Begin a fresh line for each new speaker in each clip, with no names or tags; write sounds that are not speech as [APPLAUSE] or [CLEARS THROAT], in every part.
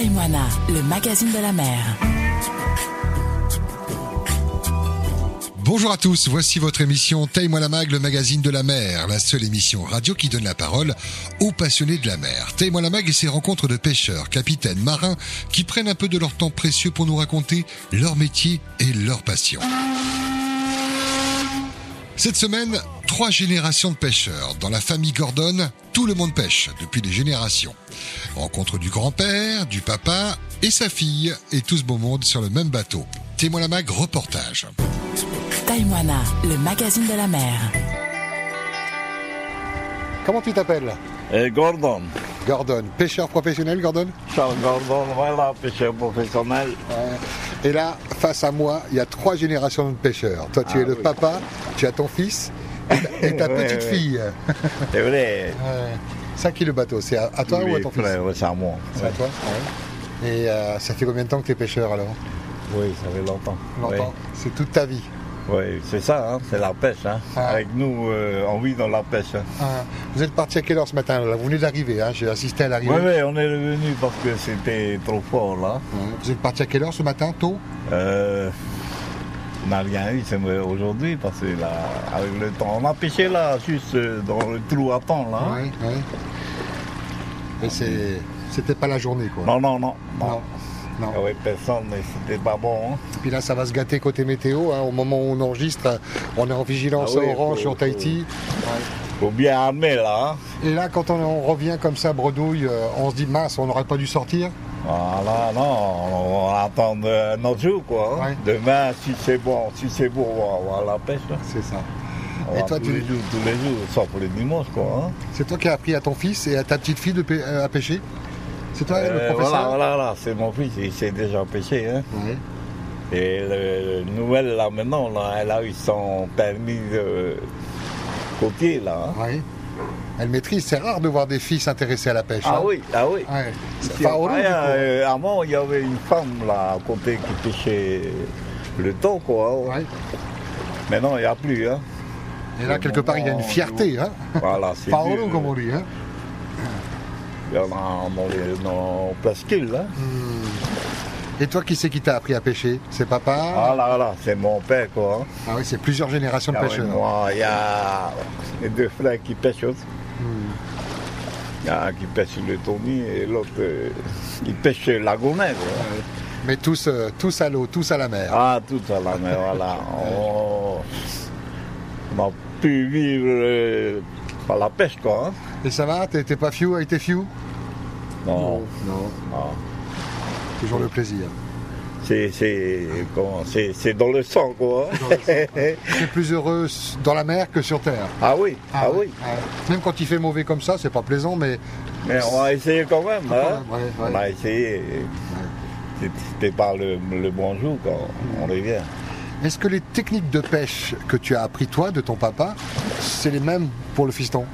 et Moana, le magazine de la mer.
Bonjour à tous, voici votre émission Taille-moi la mag, le magazine de la mer, la seule émission radio qui donne la parole aux passionnés de la mer. Taille-moi la mag et ses rencontres de pêcheurs, capitaines, marins qui prennent un peu de leur temps précieux pour nous raconter leur métier et leur passion. Cette semaine, trois générations de pêcheurs. Dans la famille Gordon, tout le monde pêche depuis des générations. Rencontre du grand-père, du papa et sa fille, et tout ce beau monde sur le même bateau. Témoin la mag reportage.
Taïmoana, le magazine de la mer.
Comment tu t'appelles
Et Gordon,
Gordon, pêcheur professionnel Gordon
Charles Gordon, voilà, pêcheur professionnel.
Et là, face à moi, il y a trois générations de pêcheurs. Toi, tu
Ah
es le
oui.
papa, tu as ton fils et ta
[LAUGHS] Ouais,
petite
ouais.
fille.
C'est vrai.
Ça qui est le bateau C'est à, à toi ou à ton fils
frère, c'est à moi.
C'est à toi Et euh, ça fait combien de temps que tu es pêcheur alors
Oui, ça fait longtemps.
Longtemps C'est toute ta vie.
Oui, oui, c'est ça, hein, c'est la pêche. hein.
Ah.
Avec nous, euh, on vit dans la pêche. hein.
Ah, Vous êtes parti à quelle heure ce matin là Vous venez d'arriver, hein j'ai assisté à
Oui,
l'arrivée.
oui, on est revenu parce que c'était trop fort là.
Vous êtes parti à quelle heure ce matin Tôt
Euh, on n'a rien eu c'est vrai, aujourd'hui parce que là, avec le temps, on a pêché là, juste euh, dans le trou à temps là. hein?
Ouais, ouais. Et c'est- c'était pas la journée quoi.
Non, non, non.
Non.
non.
non.
Ah oui, personne, mais c'était pas bon. hein.
Puis là, ça va se gâter côté météo. hein. Au moment où on enregistre, euh, on est en vigilance
Ah oui,
orange
faut-
sur Tahiti.
Faut bien armer là. hein.
Et là, quand on, on revient comme ça, bredouille, euh, on se dit mince, on n'aurait pas dû sortir.
Voilà, non, on va attendre un autre jour, quoi. hein.
Ouais.
Demain, si c'est bon, si c'est beau, on va, on va à la pêche. hein.
C'est ça.
On
Et
va
toi,
tous
tu-
les jours, tous les jours, sauf le dimanche, quoi. hein.
C'est toi qui as appris à ton fils et à ta petite fille de pê- euh, à pêcher C'est toi
Euh,
le
voilà,
professeur
voilà, voilà, c'est mon fils, il s'est déjà pêché. Hein.
Ouais.
Et le, le nouvelle, là, maintenant, là, elle a eu son permis de côtier, là. hein.
Ouais. Elle maîtrise, c'est rare de voir des filles s'intéresser à la pêche.
Ah
hein.
oui, ah oui.
Ouais. C'est
Tiens,
pas horrible,
pareil,
quoi.
euh, avant, il y avait une femme, là, à côté, qui pêchait le temps, quoi. hein.
Ouais.
Maintenant, il n'y a plus, hein.
Et là,
Le
quelque part, il y a une
moment
fierté. Hein.
Voilà,
[LAUGHS]
c'est
Pas
dur.
horrible, comme on dit. hein.
Il y en a dans, les, dans Presqu'île, hein.
Et toi, qui c'est qui t'a appris à pêcher C'est papa
Ah là là, c'est mon père quoi. hein.
Ah oui, c'est plusieurs générations de
Ah ouais,
pêcheurs.
moi, il y a les deux frères qui pêchent aussi. Mm. Il y a un qui pêche le tournis et l'autre euh, il pêche la gourmette.
Mais tous, euh, tous à l'eau, tous à la mer.
Ah tout ça là, mais [LAUGHS] voilà. On on a pu vivre euh, par la pêche quoi. hein.
Et ça va T'es t'es pas fiou avec tes fiou
Non,
Non.
non.
Toujours le plaisir.
C'est- C'est comment C'est c'est dans le sang quoi. hein.
T'es plus heureux s- dans la mer que sur terre.
[LAUGHS] ah oui, ah, oui.
ouais. Même quand il fait mauvais comme ça, c'est pas plaisant, mais
Mais on a essayé quand même. hein.
quand même, Ah, ouais, ouais.
On a essayé. C'était pas le, le bon jour quand on revient.
est-ce que les techniques de pêche que tu as appris toi de ton papa, c'est les mêmes pour le fiston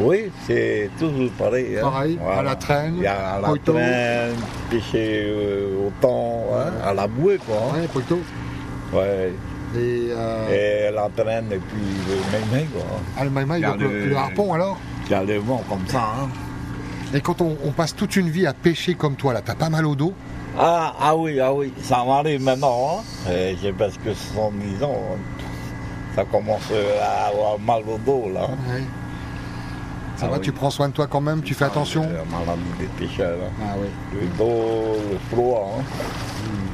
Oui, c'est toujours pareil. hein.
Pareil, à la traîne,
Il y a à la
poteau.
traîne, pêcher euh, au temps, hein, à la bouée quoi. hein.
Ouais, plutôt.
Ouais.
Et, euh,
Et la traîne et puis le même quoi.
ah, le maïmaï,
y a
donc le...
le-
le harpon alors
Il y a le vent comme ça. hein.
Et quand on, on passe toute une vie à pêcher comme toi, là, t'as pas mal au dos
Ah, ah oui, ah oui, ça m'arrive maintenant. hein. Euh, J'ai presque 70 ans. hein. Ça commence euh, à avoir mal au dos là. hein.
Ça
Ah
va,
oui. Ah,
tu prends soin de toi quand même, tu fais attention
C'est la maladie des pêcheurs. hein.
Ah oui.
Le dos, le froid. hein.
Hmm.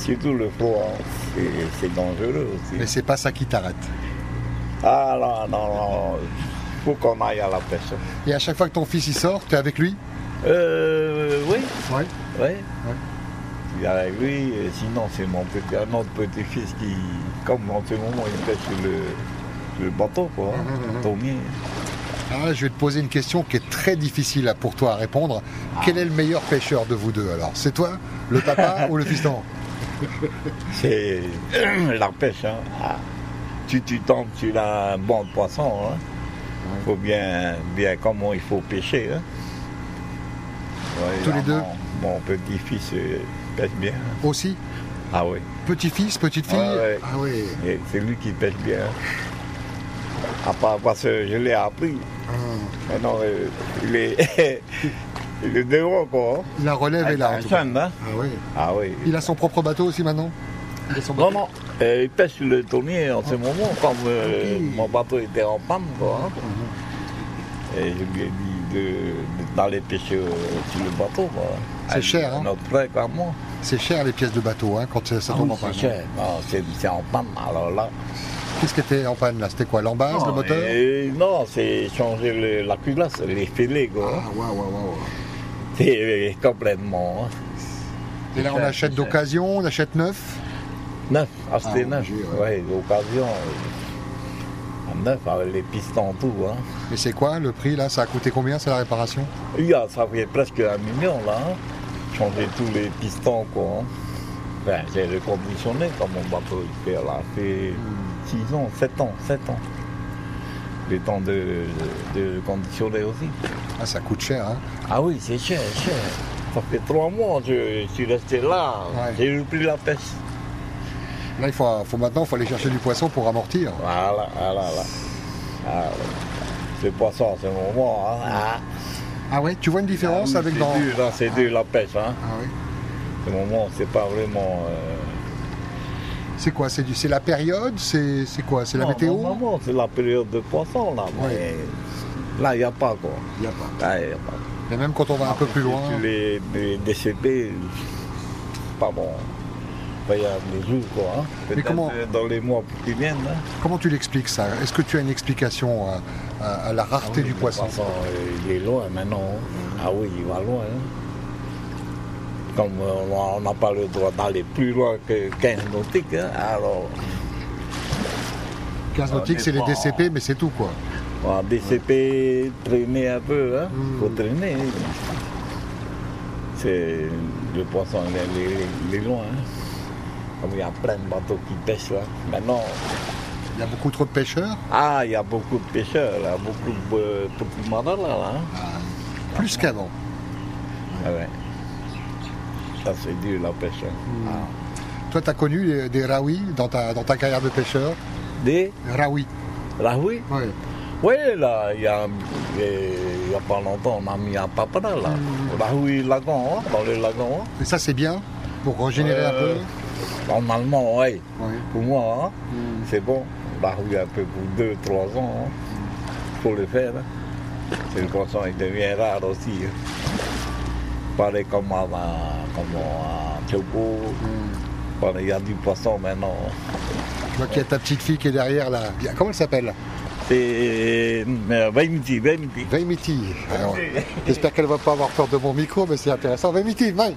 Surtout le froid, hein. C'est- c'est dangereux
Mais
aussi.
c'est pas ça qui t'arrête.
Ah non, non, non, faut qu'on aille à la pêche.
Et à chaque fois que ton fils y sort, t'es avec lui
Euh, oui,
Oui.
oui. Il est avec lui, et sinon c'est mon petit, un autre petit-fils qui, comme en ce moment, il pêche sur le, sur le bateau, quoi. hein,
Mhm, mhm.
Tommy.
Ah, je vais te poser une question qui est très difficile à- pour toi à répondre. Quel est le meilleur pêcheur de vous deux alors C'est toi, le
[LAUGHS]
papa ou le fiston
C'est [CLEARS THROAT] la pêche. Hein. Ah. Si tu tombes sur un bon poisson, hein, il faut bien, bien comment il faut pêcher. hein. Ouais,
Tous
là,
les deux
Mon, mon petit-fils euh, pêche bien.
Aussi
Ah oui,
Petit-fils, petite-fille
Ouais, ouais.
Ah oui.
Et c'est lui qui pêche bien. hein. À part parce que je l'ai appris.
Ah.
Maintenant, euh, il est. [LAUGHS] Le Nero, quoi. hein.
La relève est là. en
Un
tout cas.
chum, hein.
Ah ouais.
Ah oui.
Il a son propre bateau aussi maintenant Il a son
Non,
bateau.
non, euh, il pêche sur le tournier en ce moment, comme euh,
Ok.
mon bateau était en panne, quoi. hein.
Mhm.
Et je lui ai dit de- de- d'aller pêcher euh, sur le bateau, quoi.
C'est
À-
cher,
à
hein.
Notre frère, comme moi.
C'est cher les pièces de bateau hein, quand ça ça tombe en panne.
Ah c'est cher. Non, c'est c'est en panne, alors là.
Qu'est-ce qui était en panne là C'était quoi L'embase, Ah, le
Non,
moteur
et- non, c'est changer le- la culasse, les filets, quoi.
Ah, waouh, waouh, waouh.
C'est complètement. hein.
Et là, on
cher,
achète
c'est cher.
d'occasion, on achète neuf.
Neuf, acheter
Ah,
neuf.
obligé,
Oui,
ouais.
l'occasion. euh, en neuf, avec les pistons, tout. Hein.
Mais c'est quoi le prix là Ça a coûté combien C'est la réparation
Il y a- ça fait presque un million, là. hein. Changer tous les pistons, quoi. hein. Ben, j'ai reconditionné comme mon bateau. Il fait, là, fait 6 ans, 7 ans, 7 ans. Le temps de, de conditionner aussi.
Ah, ça coûte cher. Hein.
Ah oui, c'est cher, cher. Ça fait trois mois que je suis resté là.
Ouais.
J'ai repris la pêche.
Là, il faut, faut maintenant, il faut aller chercher du poisson pour amortir.
Voilà, voilà, voilà. Ah, c'est pas ça en ce moment. Hein. Ah,
Ah ouais Tu vois une différence
oui,
avec
c'est
dans.
dur, hein, c'est dur la pêche. Hein.
Ah ouais.
Ce moment, c'est pas vraiment. euh,
C'est quoi C'est du, c'est la période C'est, c'est quoi C'est la
non,
météo
normalement, c'est la période de poisson là. mais
Ouais.
Là, il n'y a pas quoi.
Il y a pas.
Là, y a pas.
Et même quand on
Ah,
va un peu plus loin.
Sur Les, les DCP, c'est pas bon. Il y a des jours quoi. hein.
Mais
Peut-être
comment-
euh, dans les mois qui viennent. hein.
Comment tu l'expliques ça Est-ce que tu as une explication à, à- à la rareté
Ah oui,
du
le
poisson
euh, Il est loin maintenant. hein. Ah oui, il va loin. hein. Comme euh, on on n'a pas le droit d'aller e plus loin que 15 nautiques, hein, alors
15
Ah,
nautiques,
mais
c'est les
bon.
DCP, mais c'est tout quoi.
en DCP, traîner un peu, hein,
Mm.
faut traîner. C'est le poisson, il est- il est, il est loin. hein. Comme il y a plein de bateaux qui pêchent là. Maintenant,
Il y a beaucoup trop de pêcheurs,
ah, il y a beaucoup de pêcheurs, là, beaucoup de euh, petits marins là. là, hein.
plus qu'avant.
Ah ouais. Ça c'est dur la pêche. hein. Ah.
Toi, tu as connu les- des raouis dans ta, dans ta carrière de pêcheur
Des
Raouis,
raouis
ouais.
Oui, là, il y a, il y a pas longtemps, on a mis un paperin, là. Raoui Lagon, hein, dans le lagon. hein.
Et ça, c'est bien pour régénérer
Euh, Normalement, oui.
un peu Ouais.
Pour moi, hein, c'est bon. Raoui un peu pour deux, trois ans. Il faut le faire. hein. C'est le poisson, il devient rare aussi. hein. Pareil comme à, comme à Choco. Pareil, Il y a du poisson maintenant. hein.
Je vois qu'il y a ta petite fille qui est derrière là. Bien, Comment elle s'appelle
C'est. mais, Vaimiti, Vaimiti.
Vaimiti. Alors, J'espère qu'elle ne va pas avoir peur de mon micro, mais c'est intéressant. Vaimiti, Vaim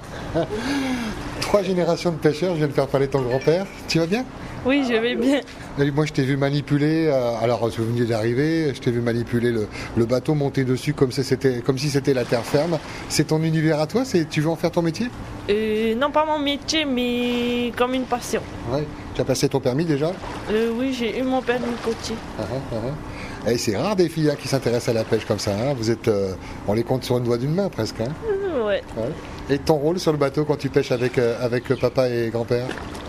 Trois générations de pêcheurs, je viens de faire parler ton grand-père. Tu vas bien
Oui, je vais bien.
Et moi, je t'ai vu manipuler, euh, alors je venais d'arriver, je t'ai vu manipuler le, le bateau, monter dessus comme si c'était comme si c'était la terre ferme. C'est ton univers à toi c'est, Tu veux en faire ton métier
Euh, non pas mon métier, mais comme une passion.
Ouais. Tu as passé ton permis déjà
Euh, oui, j'ai eu mon permis côtier.
Ah, ah, ah. Eh, C'est rare des filles hein, qui s'intéressent à la pêche comme ça. hein. Vous êtes, euh, on les compte sur une doigt d'une main presque. hein.
Euh, ouais.
Ouais. Et ton rôle sur le bateau quand tu pêches avec, euh, avec euh, papa et grand-père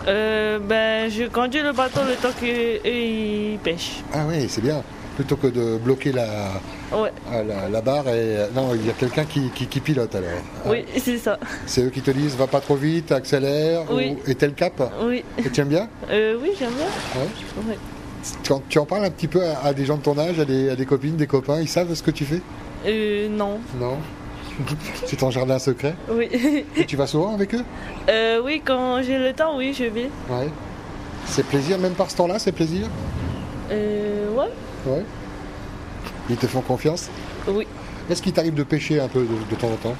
Euh, ben, je conduis le bateau le temps euh, qu'eux ils pêchent.
Ah oui, c'est bien. Plutôt que de bloquer la,
Ouais.
euh, la, la barre et... euh, Non, il y a quelqu'un qui, qui- qui pilote alors.
Oui, [LAUGHS] c'est ça.
C'est eux qui te disent va pas trop vite, accélère
Oui.
ou... et tel cap
Oui.
Et tu aimes bien
Euh, oui, j'aime bien.
Ouais.
Ouais.
Quand tu en parles un petit peu à, à des gens de ton âge, à des, à des copines, des copains, ils savent ce que tu fais
Euh, non.
Non [LAUGHS] C'est ton jardin secret
Oui. [LAUGHS]
Et tu vas souvent avec eux
Euh, oui, quand j'ai le temps, oui, je vais.
Ouais. C'est plaisir, même par ce temps-là, c'est plaisir
Euh, ouais.
Ouais. Ils te font confiance
Oui.
Est-ce qu'il t'arrive de pêcher un peu de, de temps en temps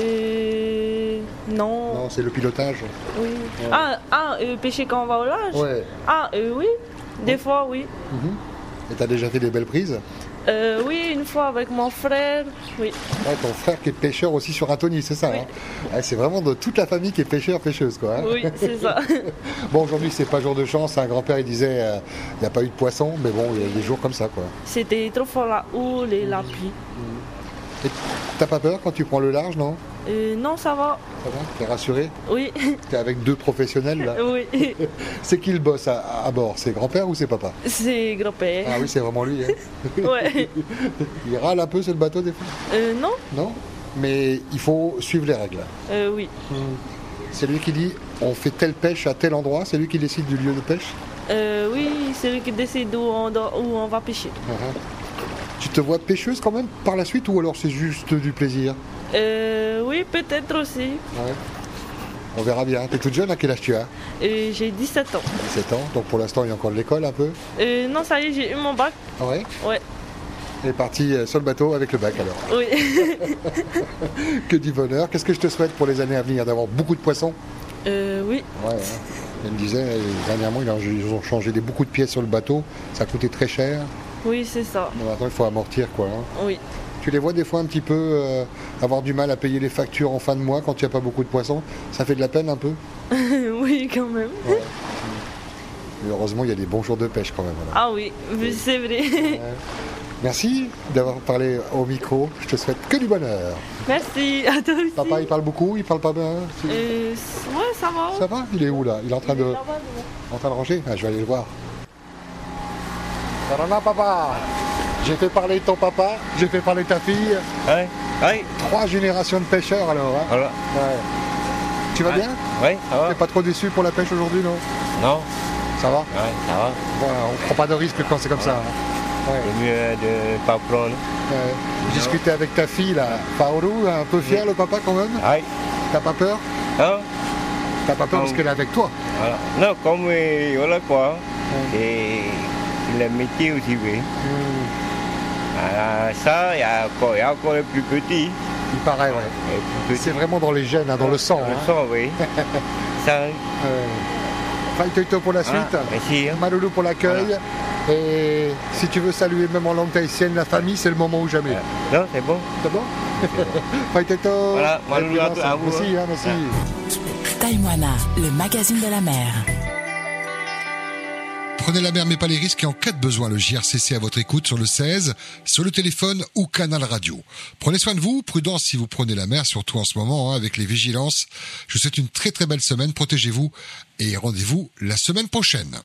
Euh, non.
Non, c'est le pilotage.
Oui. Ah, ah euh, pêcher quand on va au large
Ouais.
Ah, euh, oui. Des fois, oui.
Et t'as déjà fait des belles prises
Euh, oui, une fois avec mon frère. Oui.
Ouais, ton frère qui est pêcheur aussi sur Atony, c'est ça
Oui.
hein Ouais, C'est vraiment de toute la famille qui est pêcheur, pêcheuse quoi. hein
Oui, c'est ça.
[LAUGHS] Bon, aujourd'hui, c'est pas jour de chance. Un grand-père, il disait, euh, il n'y a pas eu de poisson, mais bon, il y a des jours comme ça, quoi.
C'était trop fort la houle et la pluie.
T'as pas peur quand tu prends le large, non
Euh, non, ça va.
Ça va T'es rassuré
Oui, [LAUGHS]
T'es avec deux professionnels, là
oui.
C'est qui le boss à, à bord C'est grand-père ou c'est papa
C'est grand-père.
Ah oui, c'est vraiment lui. hein.
Ouais.
Il râle un peu sur le bateau, des fois
Euh, non
Non mais il faut suivre les règles.
Euh, oui.
C'est lui qui dit on fait telle pêche à tel endroit, c'est lui qui décide du lieu de pêche.
Euh, oui, c'est lui qui décide où on, doit- où on va pêcher.
Tu te vois pêcheuse quand même par la suite ou alors c'est juste du plaisir
Euh, oui, peut-être aussi.
On verra bien. T'es toute jeune, à quel âge tu as
Euh, j'ai 17 ans.
17 ans, donc pour l'instant il y a encore de l'école un peu.
Euh, non, ça y est, j'ai eu mon bac.
Ah Ouais.
Ouais,
Elle est partie euh, sur le bateau avec le bac alors.
oui. [LAUGHS]
Que du bonheur. Qu'est-ce que je te souhaite pour les années à venir D'avoir beaucoup de poissons
Euh, oui.
Ouais. hein. Elle me disait, euh, dernièrement, ils ont- ils ont changé des beaucoup de pièces sur le bateau. Ça coûtait très cher.
Oui, c'est ça.
Mais maintenant, il faut amortir, quoi. hein.
Oui. [LAUGHS]
Tu les vois des fois un petit peu euh, avoir du mal à payer les factures en fin de mois quand il n'y a pas beaucoup de poissons. Ça fait de la peine un peu.
oui, quand même.
Mais heureusement, il y a des bons jours de pêche quand même. alors.
Ah oui, oui, c'est vrai.
Merci d'avoir parlé au micro. Je te souhaite que du bonheur.
[LAUGHS] Merci, à toi aussi.
Papa, il parle beaucoup, il parle pas bien.
Euh, c- ouais, ça va.
Ça va Il est où là Il est en train de,
Là-bas,
en
devant.
train de ranger Ah, Je vais aller le voir. Sarana, papa J'ai fait parler de ton papa, j'ai fait parler de ta fille.
Oui, oui,
Trois générations de pêcheurs alors. hein.
Hein, voilà.
Ouais. Tu vas bien
Oui, ça va
T'es pas trop déçu pour la pêche aujourd'hui, non
Non,
Ça va
ouais, ça va.
Bon, On prend pas de risque quand c'est comme ça. hein. Ouais.
C'est mieux de pas prendre.
Ouais. Discuter avec ta fille là, Paolo, un peu fier le papa quand même
Oui,
T'as pas peur
non,
T'as pas peur parce qu'elle est avec toi
voilà. Non, comme euh, voilà quoi. Et le métier aussi, oui.
Mmh,
Ah, ça, il y a encore, il y a encore les plus petits.
Il paraît, ouais.
Les plus petits.
C'est vraiment dans les gènes, hein, dans le sang.
Dans
hein.
le sang, oui. ça,
Ouais. Fight Toto pour la
voilà.
suite,
Merci. hein.
Maloulou pour l'accueil. Et si tu veux saluer même en langue tahitienne la famille, c'est le moment ou jamais.
Non, c'est bon.
C'est bon [LAUGHS] Fight Toto
Voilà,
Et
Maloulou
puis
à-
Vincent.
à vous,
Merci,
hein.
hein, merci.
Taïmoana, le magazine de la mer.
Prenez la mer mais pas les risques et en cas de besoin, le JRCC à votre écoute sur le 16, sur le téléphone ou canal radio. Prenez soin de vous, prudence si vous prenez la mer, surtout en ce moment hein, avec les vigilances. Je vous souhaite une très très belle semaine, protégez-vous et rendez-vous la semaine prochaine.